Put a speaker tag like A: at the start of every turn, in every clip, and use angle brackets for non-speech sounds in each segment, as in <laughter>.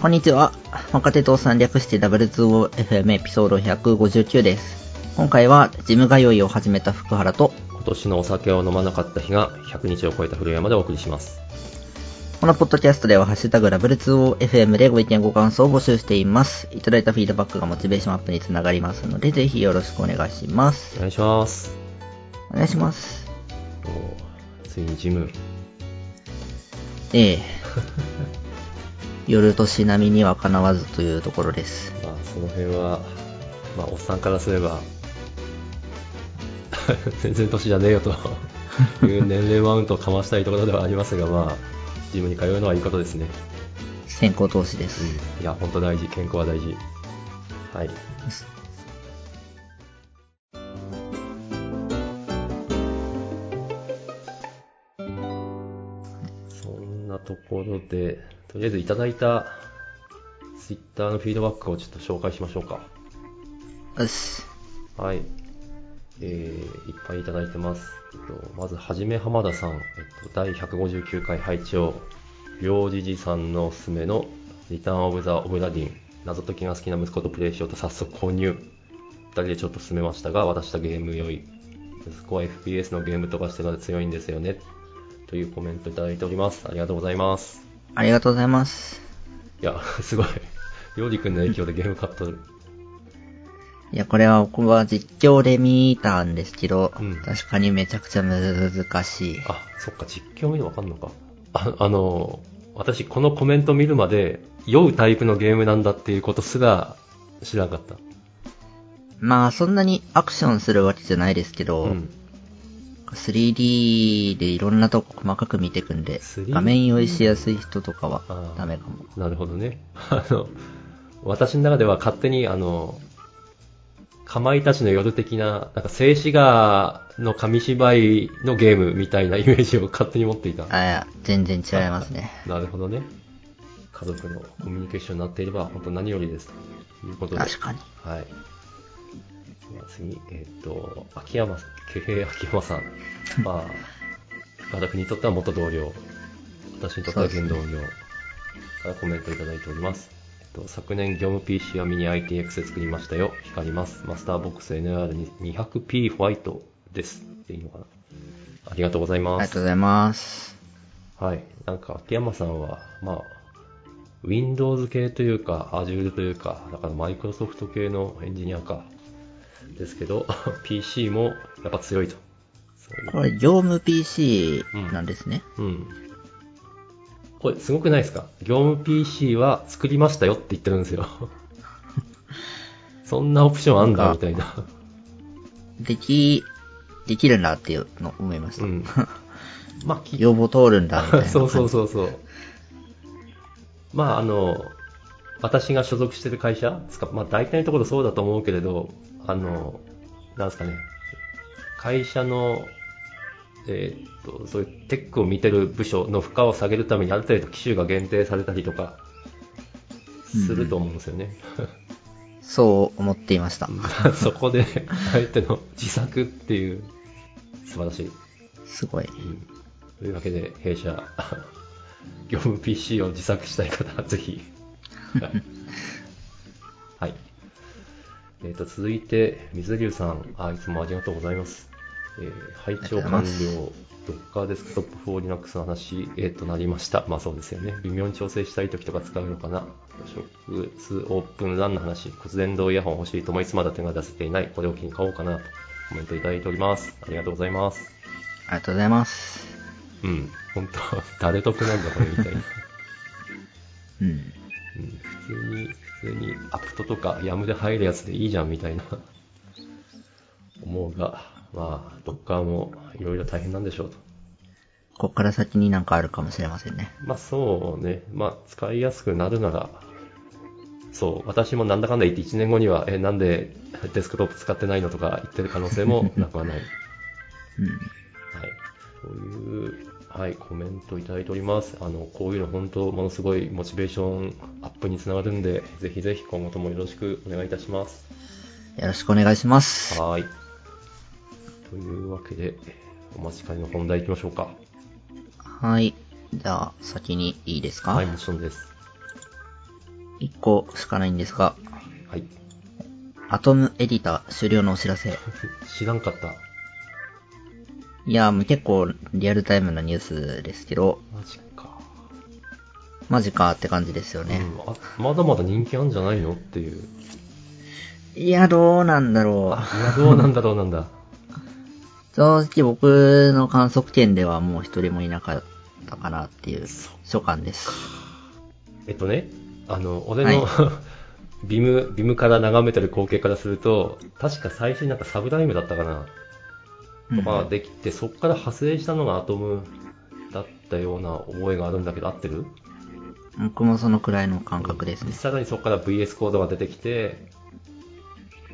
A: こんにちは。若手と産略して W2OFM エピソード159です。今回は、ジム通いを始めた福原と、
B: 今年のお酒を飲まなかった日が100日を超えた古山でお送りします。
A: このポッドキャストでは、ハッシュタグ W2OFM でご意見ご感想を募集しています。いただいたフィードバックがモチベーションアップにつながりますので、ぜひよろしくお願いしま
B: お
A: す。
B: 願いします。
A: お願いします。
B: おーついにジム。
A: ええ。 <laughs> 夜年並みにはかなわずというところです。
B: まあ、その辺は、まあ、おっさんからすれば、 <laughs> 全然年じゃねえよという年齢マウントをかましたいところではありますが、まあ、ジムに通うのはいいことですね。
A: 先行投資です。
B: うん。いや、本当大事。健康は大事。はい。そんなところで、とりあえずいただいたツイッターのフィードバックをちょっと紹介しましょうか。
A: よし。
B: はい。えー、いっぱいいただいてます。えっと、まず、はじめ浜田さん、えっと、第159回拝聴両じじさんのおすすめの、リターン・オブ・ザ・オブ・ラディン、謎解きが好きな息子とプレイしようと早速購入。二人でちょっと進めましたが、私とゲーム良い。息子は FPS のゲームとかしてるので強いんですよね。というコメントいただいております。ありがとうございます。
A: ありがとうございます。
B: いや、すごい。りょうりくんの影響でゲーム買った。う
A: いや、これは僕は実況で見たんですけど、
B: うん
A: 確かにめちゃくちゃ難しい。
B: あ、そっか、実況見るのわかんのか。ああの、私、このコメント見るまで、酔うタイプのゲームなんだっていうことすら知らなかった。
A: まあ、そんなにアクションするわけじゃないですけど、
B: うん。
A: 3D でいろんなとこ細かく見てくんで
B: 3D、
A: 画面用意しやすい人とかは
B: あー
A: ダメかも。
B: なるほどね。 <laughs> あの、私の中では勝手に、あの、かまいたちの夜的な、なんか静止画の紙芝居のゲームみたいなイメージを勝手に持っていた。
A: あいや、全然違いますね。
B: なるほどね。家族のコミュニケーションになっていれば、本当何よりです。ということで。
A: 確かに。
B: はい。では次、えっ、と、秋山さん、経営秋山さん。まあ、私にとっては元同僚。私にとっては現同僚からコメントいただいております。えっと昨年業務 PC はミニ ITX で作りましたよ。光ります。マスターボックス NR200P ホワイトです。っていうのかな。ありがとうござい
A: あり
B: ま
A: が
B: す
A: と。うございます。
B: はい。なんか、秋山さんは、まあ、Windows 系というか、Azure というか、だからマイクロソフト系のエンジニアか、ですけど、PC <laughs> もやっぱ強いと。そう
A: これ、業務 PC なんですね。
B: いううん。これ、すごくないですか業務 PC は作りましたよって言ってるん <laughs> ですよ。そんなオプションあんだ、みたいな。
A: でき、できるんだっていうの思いまし
B: う
A: た。
B: <laughs> ん。まあ、き
A: 要望通るんだみたいな。
B: <laughs> そうそうそうそう。まあ、あの、私が所属してる会社つか、まあ、大体のところそうだと思うけれど、あの、なんですかね、会社の、えーっと、そういうテックを見てる部署の負荷を下げるためにある程度機種が限定されたりとか、すると思うんですよね。
A: そう思っていました。
B: <laughs> そこで、相手の自作っていう、素晴らしい。
A: すごい。
B: うんというわけで、弊社、 <laughs> 業務 PC を自作したい方はぜひ。はい。えー、と、続いて、水流さん、あ、いつもありがとうございます。えー、拝聴
A: あ
B: 完
A: りがとうござい
B: 了、Docker デスクトップ for Linux の話、えー、となりました。まあそうですよね。微妙に調整したい時とか使うのかな。ショックスオープンランの話、骨伝導イヤホン欲しいともいつまで手が出せていない。これを機に買おうかなとコメントいただいております。ありがとうございます。
A: ありがとうございます。
B: うん、本当誰得なんだこれみたいな。
A: うん。
B: うん、普通に、普通にアプトとかヤムで入るやつでいいじゃんみたいな思うが、まあ、ドッカーもいろいろ大変なんでしょうと。
A: こっから先になんかあるかもしれませんね。
B: まあそうね、まあ使いやすくなるなら、そう、私もなんだかんだ言って1年後には、え、なんでデスクトップ使ってないのとか言ってる可能性 <laughs> もなくはない。はい。こういう、はい、コメントいただいております。あの、こういうの本当、ものすごいモチベーションアップにつながるんで、ぜひぜひ今後ともよろしくお願いいたします。
A: よろしくお願いします。
B: はーい。というわけで、お待ちかねの本題行きましょうか。
A: はい。じゃあ、先にいいですか、
B: はい、もちろんです。
A: 1個しかないんですが、
B: はい。
A: アトムエディター終了のお知ら <laughs> せ。
B: 知らんかった。
A: いやー、もう結構リアルタイムなニュースですけど、
B: マジか。
A: マジかって感じですよね。
B: うんあまだまだ人気あんじゃないのっていう。
A: いや、どうなんだろ
B: あ、いや、どうなんだどうな
A: <laughs>
B: んだ。
A: う。正直僕の観測圏ではもう一人もいなかったかなっていう所感です。
B: えっとね、あの、俺の、 <laughs> ビム、ビムから眺めてる光景からすると、確か最初になんかサブライムだったかな、
A: うん
B: とかできて、そこから派生したのがアトムだったような覚えがあるんだけど、合ってる
A: 僕もそのくらいの感覚です
B: で
A: ね。
B: さらにそこから VS コードが出てきて、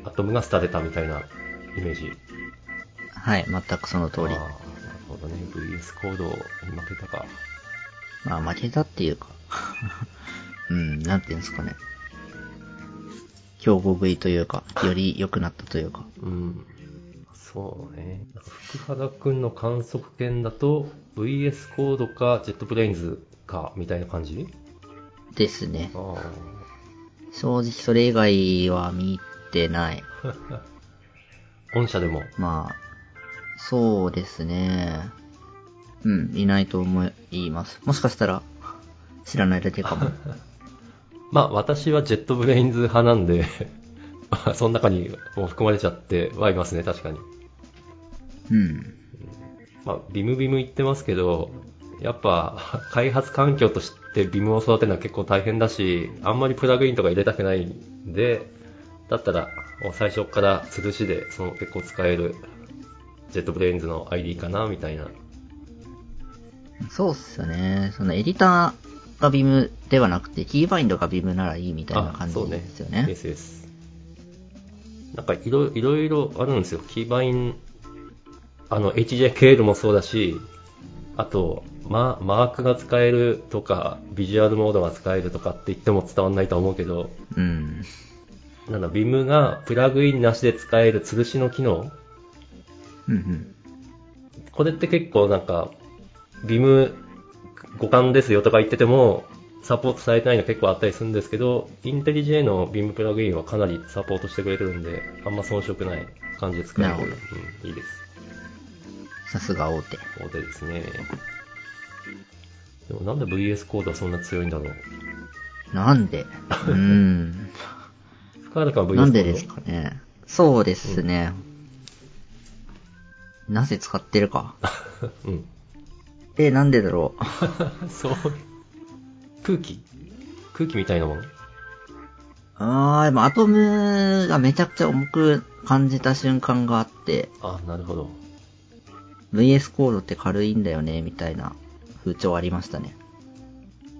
B: アトムが廃れたみたいなイメージ。
A: はい、全くその通
B: あー
A: り
B: な。るほどね、VS コードに負けたか。
A: まあ、負けたっていうか。 <laughs> うん、なんていうんですかね。強豪食いというか、より良くなったというか。
B: うん。そうね。なんか福原くんの観測圏だと、VS コードか、ジェットブレインズか、みたいな感じ
A: ですね。
B: ああ。
A: 正直それ以外は見てない。
B: 御社でも。
A: まあ、そうですね。うん、いないと思います。もしかしたら、知らないだけか
B: <laughs>
A: も。
B: まあ、私はジェットブレインズ派なんで、 <laughs> まあその中にもう含まれちゃってはいますね、確かに。
A: うん。
B: まあ、ビムビム言ってますけど、やっぱ、 <laughs> 開発環境としてビムを育てるのは結構大変だし、あんまりプラグインとか入れたくないんで、だったら、もう最初から吊るしで、その結構使える、ジェットブレインズの ID かな、みたいな。
A: そうっすよね。そのエディターがビムではなくて、キーバインドがビムならいいみたいな感じですよ
B: あそうね。
A: ね。
B: ですです。なんかいろいろいろあるんですよ。キーバイン、あの、HJKL もそうだし、あと、ま、マークが使えるとか、ビジュアルモードが使えるとかって言っても伝わんないとは思うけど、
A: うん。
B: なんだ、ビムがプラグインなしで使える吊るしの機能
A: うんうん。
B: これって結構なんか、ビム互換ですよとか言ってても、サポートされてないの結構あったりするんですけど、インテリジェのビムプラグインはかなりサポートしてくれてるんで、あんま遜色ない感じで使える。
A: なるほど
B: うん、いいです。
A: さすが大手。
B: 大手ですね。でもなんで VS コードはそんな強いんだろう。
A: なんでうん。
B: 深原君は VS コード
A: なんでですかね。そうですね。なぜ使ってるか。
B: <laughs> うん。
A: え、なんでだろう。
B: そう。空気空気みたいなもの
A: あー、でもアトムがめちゃくちゃ重く感じた瞬間があって、
B: あ、なるほど。
A: VS コードって軽いんだよね、みたいな風潮ありましたね。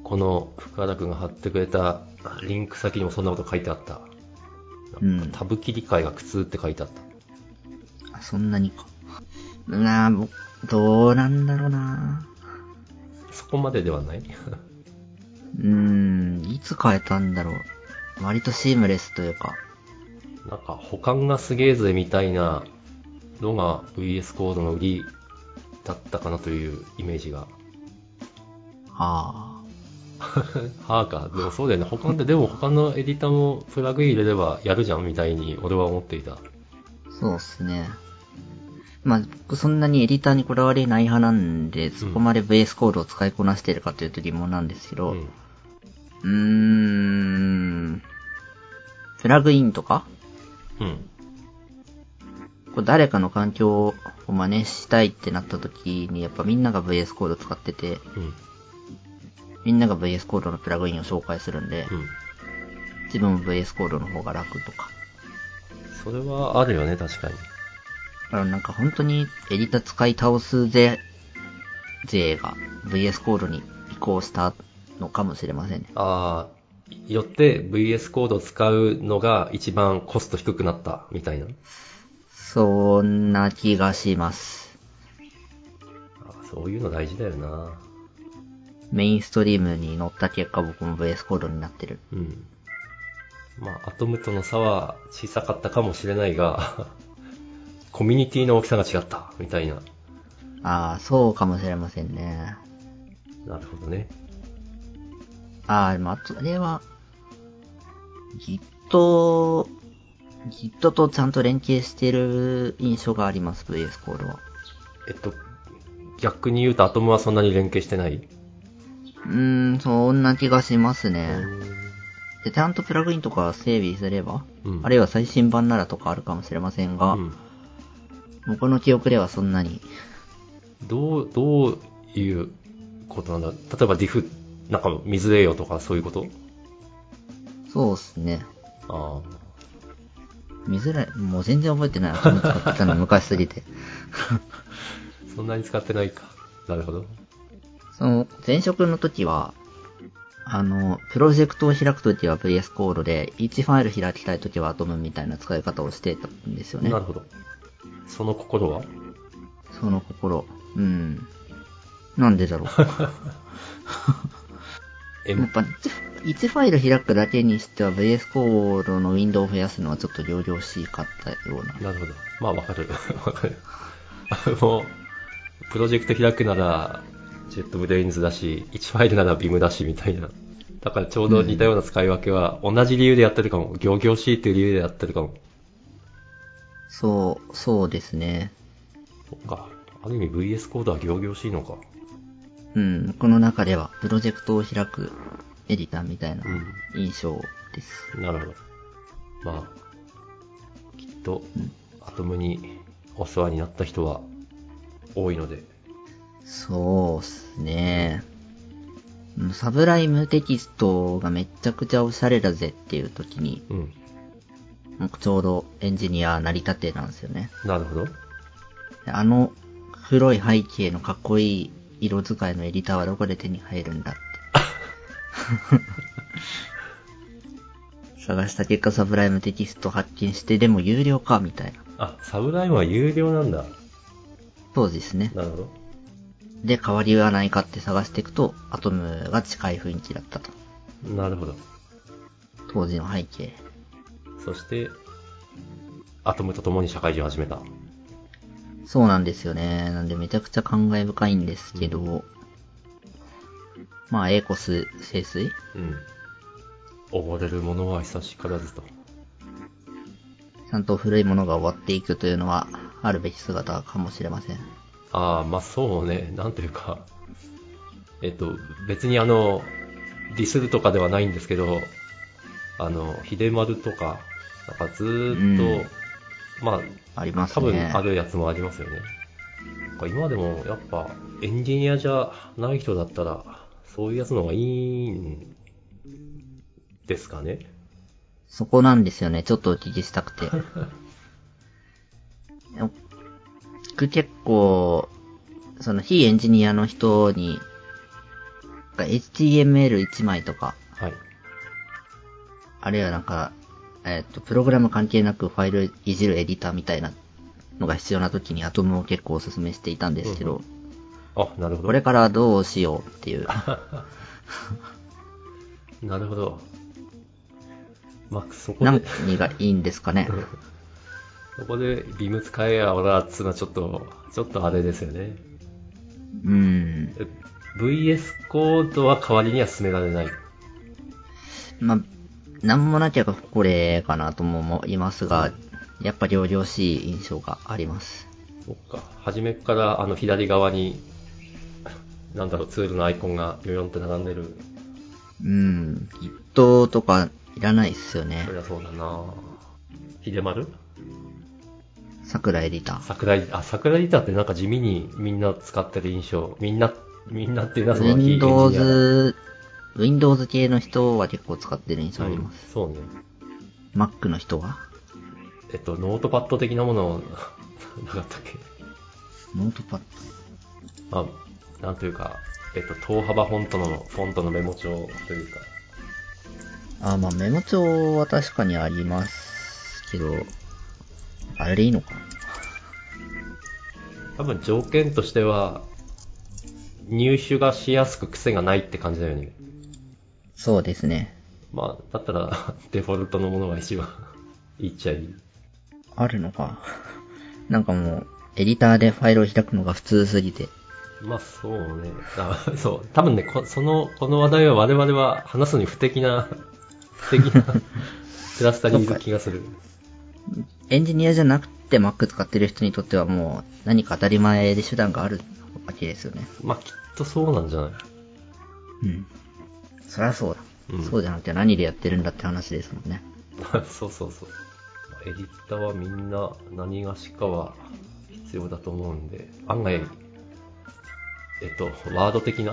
B: この深田君が貼ってくれたリンク先にもそんなこと書いてあった。
A: うん。
B: タブ切り替えが苦痛って書いてあった。
A: あそんなにか。なあ、僕、どうなんだろうな
B: そこまでではない <laughs>
A: うーん、いつ変えたんだろう。割とシームレスというか。
B: なんか保管がすげえぜみたいなのが VS コードの売りだったかなというイメージが。 <laughs>
A: あ
B: はあか。でもそうだよね。保管って、でも他のエディターもプラグイン入れればやるじゃんみたいに俺は思っていた。
A: あ、そうっすね。まあ、僕そんなにエディターにこだわりない派なんで、そこまで VS コードを使いこなしてるかというと疑問なんですけ
B: う
A: ど、
B: ん。
A: うーん。プラグインとか
B: うん。
A: こう誰かの環境を真似したいってなった時に、やっぱみんなが VS コード使ってて、
B: うん。
A: みんなが VS コードのプラグインを紹介するんで、
B: うん。
A: 自分も VS コードの方が楽とか。
B: それはあるよね、確かに。
A: だからなんか本当にエディター使い倒すぜ、勢が VS コードに移行したのかもしれませんね。
B: ああ、よって VS コードを使うのが一番コスト低くなったみたいな。
A: そんな気がします。
B: あーそういうの大事だよな。
A: メインストリームに乗った結果僕も VS コードになってる。
B: うん。まあ、アトムとの差は小さかったかもしれないが、 <laughs> コミュニティの大きさが違った、みたいな。
A: ああ、そうかもしれませんね。
B: なるほどね。
A: ああ、でもあと、あれは、 Git、Git とちゃんと連携してる印象があります、VS コードは。
B: えっと、逆に言うとアトムはそんなに連携してないう
A: ーん、そんな気がしますね。で、ちゃんとプラグインとか整備すれば、
B: うん
A: あるいは最新版ならとかあるかもしれませんが、
B: うん、
A: 僕の記憶ではそんなに。
B: どう、どういうことなんだ例えば diff、なんか水栄養とかそういうこと
A: そうっすね。
B: あ
A: 見づらい、もう全然覚えてない。頭使ってたの昔すぎて。
B: あ、そんなに使ってないか。なるほど。
A: その、前職の時は、あの、プロジェクトを開く時は VS コードで、1ファイル開きたい時は Atom みたいな使い方をしてたんですよね
B: な。るほど。その心は
A: その心。うん。なんでだろう。
B: え
A: やっぱ、1ファイル開くだけにしては VS コードのウィンドウを増やすのはちょっと量々しかったような。
B: なるほど。まあ、わかる。 <laughs> わかる。あの、プロジェクト開くなら、ジェットブレインズだし、1ファイルならビムだし、みたいな。だからちょうど似たような使い分けは、同じ理由でやってるかも。行々しいっていう理由でやってるかも。
A: そう、そうですね。
B: そっか。ある意味 VS コードは行々しいのか。
A: うん、この中では、プロジェクトを開くエディターみたいな印象です。
B: なるほど。まあ、きっと、アトムにお世話になった人は多いので、
A: そうっすね。うんサブライムテキストがめちゃくちゃおしゃれだぜっていう時に、
B: うん。
A: 僕ちょうどエンジニアなりたてなんですよね。
B: なるほど。
A: であの黒い背景のかっこいい色使いのエディターはどこで手に入るんだって。探した結果サブライムテキスト発見して、でも有料か、みたいな。
B: あ、サブライムは有料なんだ。
A: そうですね。
B: なるほど。
A: で、変わりはないかって探していくと、アトムが近い雰囲気だったと。
B: なるほど。
A: 当時の背景。
B: そして、アトムと共に社会人を始めた。
A: そうなんですよね。なんでめちゃくちゃ感慨深いんですけど、まあ、エーコス清水
B: うん。溺れる者は久しからずと。
A: ちゃんと古いものが終わっていくというのは、あるべき姿かもしれません。
B: ああ、まあそうね。なんというか、えっと、別にあの、ディスるとかではないんですけど、あの、秀丸とか、なんかずーっと、
A: うん
B: まあ、
A: あります
B: 多
A: ね。
B: 分あるやつもありますよね。なんか今でもやっぱエンジニアじゃない人だったら、そういうやつの方がいいんですかね。
A: そこなんですよね。ちょっとお聞きしたくて。僕結構、その非エンジニアの人に、HTML1 枚とか、
B: はい。
A: あるいはなんか、えっ、と、プログラム関係なくファイルいじるエディターみたいなのが必要な時にアトムを結構おすすめしていたんですけど、
B: あ、なるほど。
A: これからどうしようっていう。
B: なるほど。まあ、そこで
A: 何、がいいんですかね。
B: そこでビム使えやおらっつうのはちょっと、ちょっとあれですよね。
A: うん。
B: え VS コードは代わりには進められない。
A: まあ、なんもなきゃこれかなとも思いますが、やっぱ両々しい印象があります。
B: そっか。初めからあの左側に、なんだろう、ツールのアイコンがヨヨンって並んでる。
A: うん。Git とかいらないっすよね
B: そ。りゃそうだな秀丸
A: 桜エディター。
B: 桜井、あ、桜井リタってなんか地味にみんな使ってる印象。みんな、みんなっていうのはその非エンジニアだ
A: Windows、Windows 系の人は結構使ってる印象あります。
B: うんそうね。
A: Mac の人は
B: えっと、ノートパッド的なものを、 <laughs> なかったっけ
A: ノートパッ
B: まあ、なんというか、えっと、等幅フォントの、フォントのメモ帳というか、
A: ド。あ、まあメモ帳は確かにありますけど、あれでいいのかな
B: 多分条件としては、入手がしやすく癖がないって感じだよね。
A: そうですね。
B: まあ、だったら、デフォルトのものが一番いいっちゃいい。
A: あるのか。 <laughs> なんかもう、エディターでファイルを開くのが普通すぎて。
B: まあ、 <laughs> そうね。あそう。多分ね、こその、この話題は我々は話すのに不適な的
A: <laughs>
B: なクラスタリング気がする。
A: エンジニアじゃなくて Mac 使ってる人にとってはもう何か当たり前で手段があるわけですよね。
B: まあ、きっとそうなんじゃない
A: うん。そりゃそうだ。
B: うん
A: そうじゃなくて何でやってるんだって話ですもんね。
B: <laughs> そうそうそう。エディターはみんな何がしかは必要だと思うんで、案外、えっと、ワード的な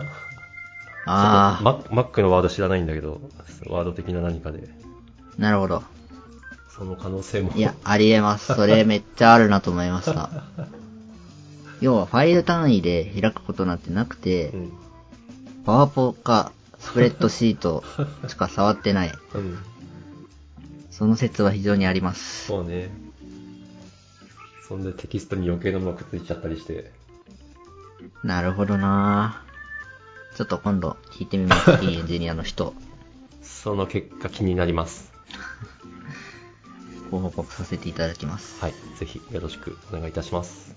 A: ああ、
B: ママックのワード知らないんだけど、ワード的な何かで、
A: なるほど。
B: その可能性も。
A: いや、ありえます。それめっちゃあるなと思いました。要はファイル単位で開くことなんてなくて
B: う、ん。
A: パワポかスプレッドシートしか触ってない。
B: うん。
A: その説は非常にあります。
B: そうね。そんでテキストに余計なものがくっついちゃったりして、
A: なるほどなぁちょっと今度聞いてみ
B: <laughs>
A: ます。いいエンジニアの人。
B: その結果気になります。
A: ご報告させていただきます。
B: はい。ぜひよろしくお願いいたします。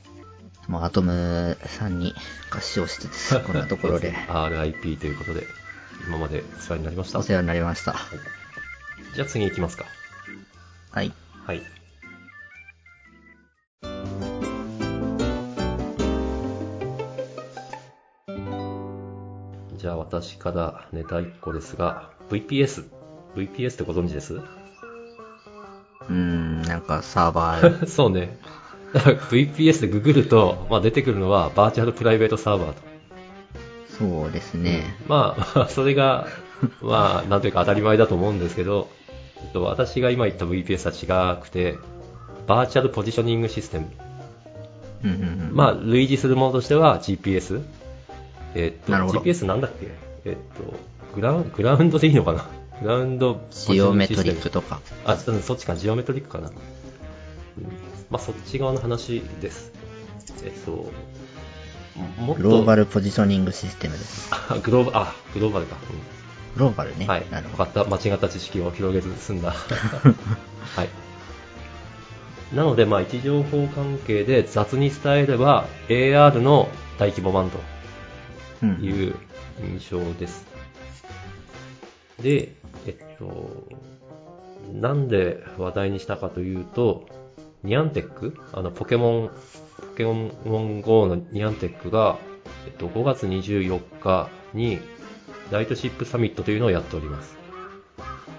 A: まあ、アトムさんに合唱しつ
B: <laughs>
A: つ、こんなところで
B: RIP ということで、今までお世話になりました。
A: お世話になりました。
B: じゃあ次行きますか。
A: はい。
B: はい。じゃあ私からネタ1個ですが、VPS。VPS ってご存知です
A: うーん、なんかサーバ
B: <laughs>
A: ー、
B: そうね。VPS でググると、まあ、出てくるのはバーチャルプライベートサーバーと。
A: そうですね。
B: まあ、まあ <laughs> それが、まあ、なんというか当たり前だと思うんですけど、えっと、私が今言った VPS は違くて、バーチャルポジショニングシステム。
A: うんうんうん。
B: まあ、類似するものとしては GPS。えっと、
A: なるほど
B: GPS なんだっけえっと、グラウングラウンドでいいのかなグラウンドポジ
A: ジオ
B: ショニング
A: メ
B: シ
A: ト
B: ステ
A: リ
B: ム
A: ックとか。
B: あ、うんそっちか、ジオメトリックかな。うんまあ、そっち側の話です。えっと、もっと、
A: グローバ
B: ル。
A: ルポジショニングシステムです。
B: グローバル、あ、グローバルか。うん
A: グローバルね。
B: はい、
A: なるほ
B: わ
A: ど。
B: かった間違った知識を広げず済ん
A: <laughs>
B: だ、はい、なので、まあ、位置情報関係で雑に伝えれば AR の大規模版と
A: うんうん。
B: いう印象ですで、えっと、なんで話題にしたかというとニャンテックあのポケモンポケモン GO のニャンテックが、えっと、5月24日にライトシップサミットというのをやっております。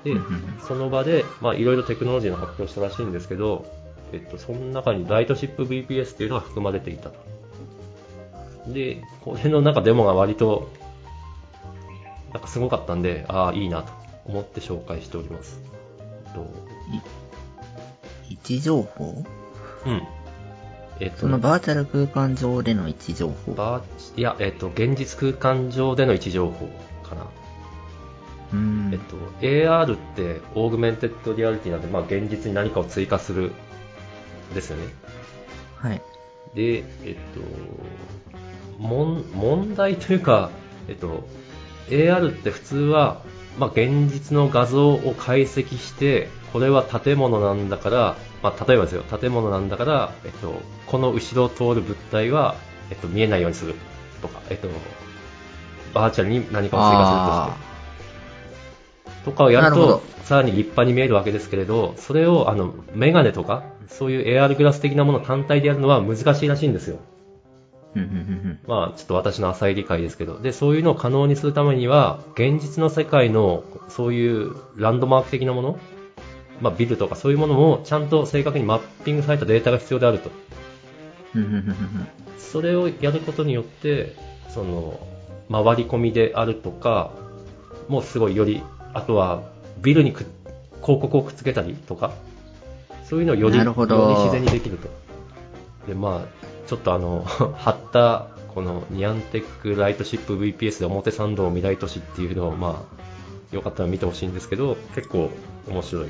B: で
A: うんうんうん、
B: その場で、まあ、いろいろテクノロジーの発表をしたらしいんですけど、えっと、その中にライトシップ VPS というのが含まれていたと。で、これのなんかデモが割と、なんかすごかったんで、ああ、いいなと思って紹介しております。えっと、
A: 位置情報
B: うん。えっと
A: そ、のバーチャル空間上での位置情報。
B: バーチいや、えっと、現実空間上での位置情報かな。
A: うー
B: えっ
A: ん。
B: と、AR ってオーグメンテッドリアリティなんで、まあ、現実に何かを追加するですよね。
A: はい。
B: で、えっと、もん問題というか、えっと、AR って普通は、まあ、現実の画像を解析して、これは建物なんだから、まあ、例えばですよ、建物なんだから、えっと、この後ろを通る物体は、えっと、見えないようにするとか、えっと、バーチャルに何かを追加するとして
A: あ。
B: とかをやる
A: なるほ
B: と
A: ど、
B: さらに立派に見えるわけですけれど、それをあのメガネとか、そういう AR グラス的なもの単体でやるのは難しいらしいんですよ。
A: ーうんうんうん
B: まあ、ちょっと私の浅い理解ですけど。で、そういうのを可能にするためには、現実の世界の、そういうランドマーク的なもの、まあ、ビルとかそういうものも、ちゃんと正確にマッピングされたデータが必要であると。
A: うん。うんうんうんうん
B: それをやることによってその回り込みであるとかもうすごいよりあとはビルにく広告をくっつけたりとかそういうのをより
A: な
B: よ
A: る
B: り
A: ほど
B: 自然にできるとでまあちょっとあの <laughs> 貼ったこのニャンテックライトシップ VPS で表参道未来都市っていうのをまあよかったら見てほしいんですけど結構面白い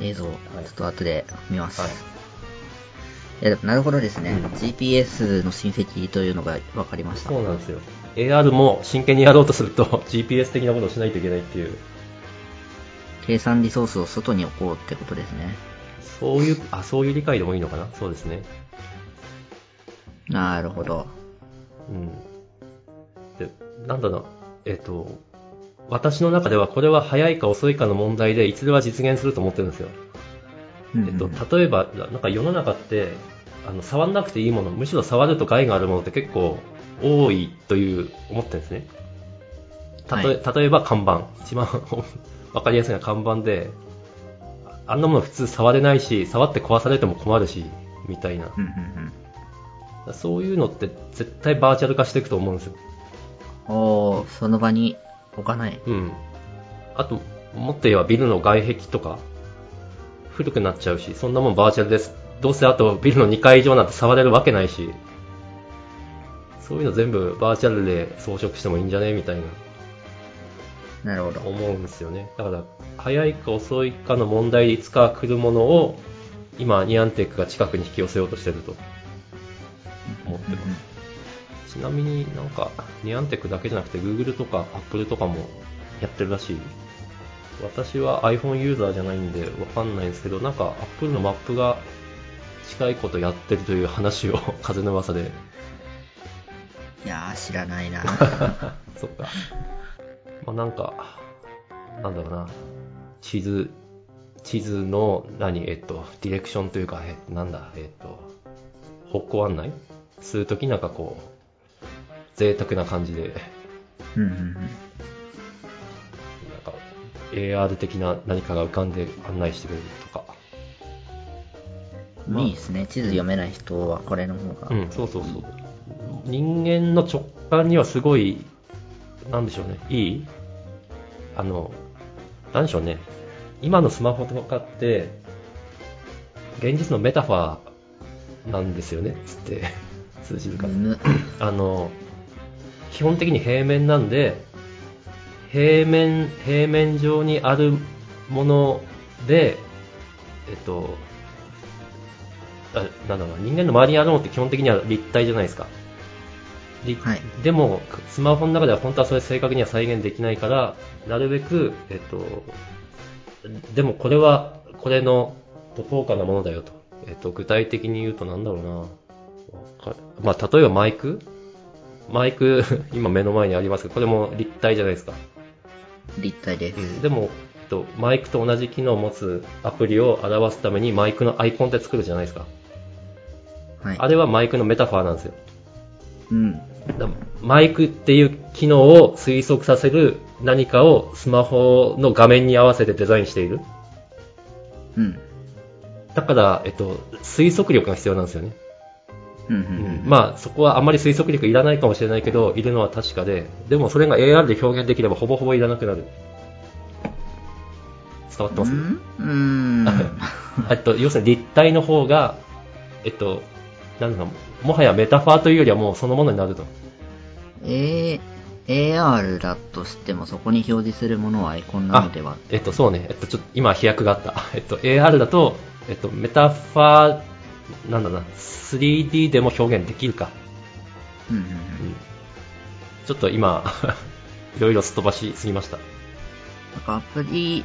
A: 映像、ちょっと後で見ます。
B: はい
A: い、や、でもなるほどですね。
B: うん
A: GPS の親戚というのが分かりました。
B: そうなんですよ AR も真剣にやろうとすると <laughs> GPS 的なことをしないといけないっていう
A: 計算リソースを外に置こうってことですね。
B: そういう、あ、そういう理解でもいいのかなそうですね。
A: なるほど。
B: うん。で、なんだろう、えっ、と、私の中ではこれは早いか遅いかの問題でいつでは実現すると思ってるんですよ、
A: うん
B: えっと、例えばなんか世の中ってあの触んなくていいものむしろ触ると害があるものって結構多いという思ってるんですねたとえ例えば看板一番 <laughs> わかりやすいのは看板であんなもの普通触れないし触って壊されても困るしみたいな
A: うんうん
B: そういうのって絶対バーチャル化していくと思うんですよ
A: うん。おー、その場に置かない。
B: うん。あと、もっと言えばビルの外壁とか、古くなっちゃうし、そんなもんバーチャルです。どうせあとビルの2階以上なんて触れるわけないし、そういうの全部バーチャルで装飾してもいいんじゃねみたいな
A: なるほど。
B: 思うんですよね。だから、早いか遅いかの問題でいつか来るものを、今、ニアンテックが近くに引き寄せようとしてると思ってます。ちなみになんか、ニアンテックだけじゃなくて、Google とか Apple とかもやってるらしい。私は iPhone ユーザーじゃないんでわかんないんですけど、なんか Apple のマップが近いことやってるという話を <laughs> 風の噂で。
A: いやー、知らないな
B: そっか。まあなんか、なんだろうな。地図、地図の、何、えっと、ディレクションというか、え、なんだ、えっと、方向案内するときなんかこう、贅沢な感じで、
A: うんうんうん。
B: なんか AR 的な何かが浮かんで案内してくれるとか。まあ
A: いいですね。地図読めない人はこれの方が。
B: うん、そうそうそう。人間の直感にはすごい、なんでしょうね、いいあの、なんでしょうね。今のスマホとかって、現実のメタファーなんですよね、つって、 <laughs> 通じるから
A: む。む。
B: あの、基本的に平面なんで、平面、平面上にあるもので、えっと、あなんだろうな、人間の周りにあるものって基本的には立体じゃないですか。立
A: はい
B: でも、スマホの中では本当はそれ正確には再現できないから、なるべく、えっと、でもこれは、これの、と高価なものだよと。えっと、具体的に言うとなんだろうな。わかまあ、例えばマイクマイク、 <laughs> 今目の前にありますけど、これも立体じゃないですか。
A: 立体です
B: う。ん、でも、えっと、マイクと同じ機能を持つアプリを表すためにマイクのアイコンって作るじゃないですか。
A: はい。
B: あれはマイクのメタファーなんですよ。
A: うん。
B: だマイクっていう機能を推測させる何かをスマホの画面に合わせてデザインしている。
A: うん。
B: だから、えっと、推測力が必要なんですよね。
A: うんうん
B: まあ、そこはあまり推測力いらないかもしれないけど、いるのは確かで、でもそれが AR で表現できればほぼほぼいらなくなる。伝わって
A: う
B: ます、
A: ん。
B: <laughs>
A: うん。うん。
B: えっと、要するに立体の方が、えっと、なんだろうもはやメタファーというよりはもうそのものになると。
A: えー、AR だとしてもそこに表示するものはアイコンなのでは
B: えっと、そうね。えっと、ちょっと、今、飛躍があった。 <laughs> えっと、AR だと、えっと、メタファー、なんだろうな、3D でも表現できるか。
A: うんうん
B: うんちょっと今、 <laughs> いろいろすっ飛ばしすぎました。
A: うん。なんかアプリ、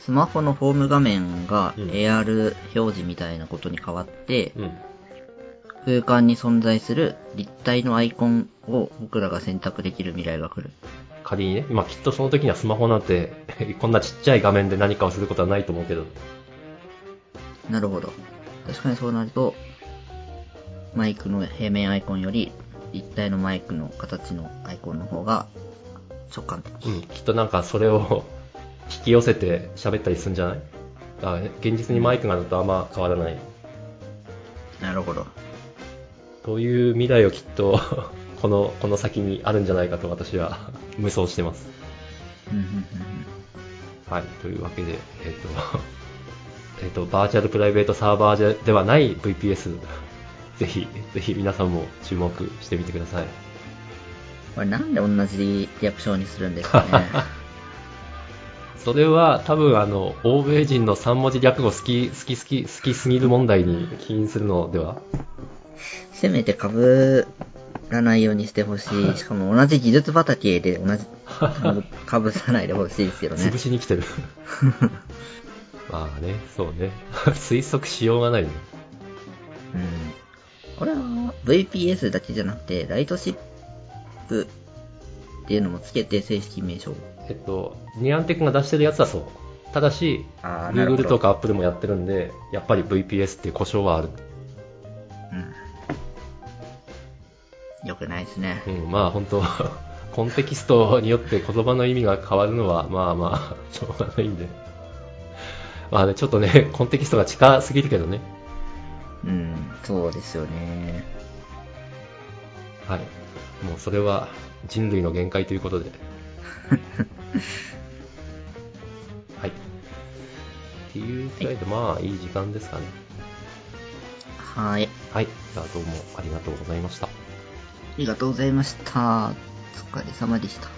A: スマホのホーム画面が
B: うん
A: AR 表示みたいなことに変わって、
B: うん。
A: 空間に存在する立体のアイコンを僕らが選択できる未来が来る。
B: 仮にね、まあきっとその時にはスマホなんて、 <laughs> こんなちっちゃい画面で何かをすることはないと思うけど、
A: なるほど。確かにそうなると、マイクの平面アイコンより、立体のマイクの形のアイコンの方が直感的。
B: うん、きっとなんかそれを <laughs> 引き寄せて喋ったりするんじゃないあ現実にマイクがあるとあんま変わらない。
A: なるほど。
B: という未来をきっと、 <laughs> この、この先にあるんじゃないかと私は <laughs> 無双してます。
A: うんうんうんうん
B: はい、というわけで、えっ、と、 <laughs> えっ、と、バーチャルプライベートサーバーじゃではない VPS、ぜひ、ぜひ皆さんも注目してみてください。
A: これなんで同じリアクションにするんですかね。
B: <laughs> それは多分あの欧米人の3文字略語好き好き好き好きすぎる問題に起因するのでは
A: せめて被らないようにしてほし
B: <laughs>
A: い。しかも同じ技術畑で同じ、被ぶさないでほしいですけどね
B: 潰。しに来てる <laughs> まあねそうね <laughs> 推測しようがないね
A: うん。これは VPS だけじゃなくて、ライトシップっていうのもつけて正式名称を
B: えっと、ニアンテックが出してるやつはそう。ただし、
A: あーなるほど
B: Google とか Apple もやってるんで、やっぱり VPS っていう故障はある。
A: うん。よくないですね
B: う。ん、まあ本当、 <laughs> コンテキストによって言葉の意味が変わるのは、まあまあ、しょうがないんで。まあね、ちょっとね、コンテキストが近すぎるけどね。
A: うん、そうですよね。
B: はい。もうそれは人類の限界ということで。はい。っていうくらいで、まあいい時間ですかね。
A: はい。
B: はい。じゃあどうもありがとうございました。
A: ありがとうございました。お疲れ様でした。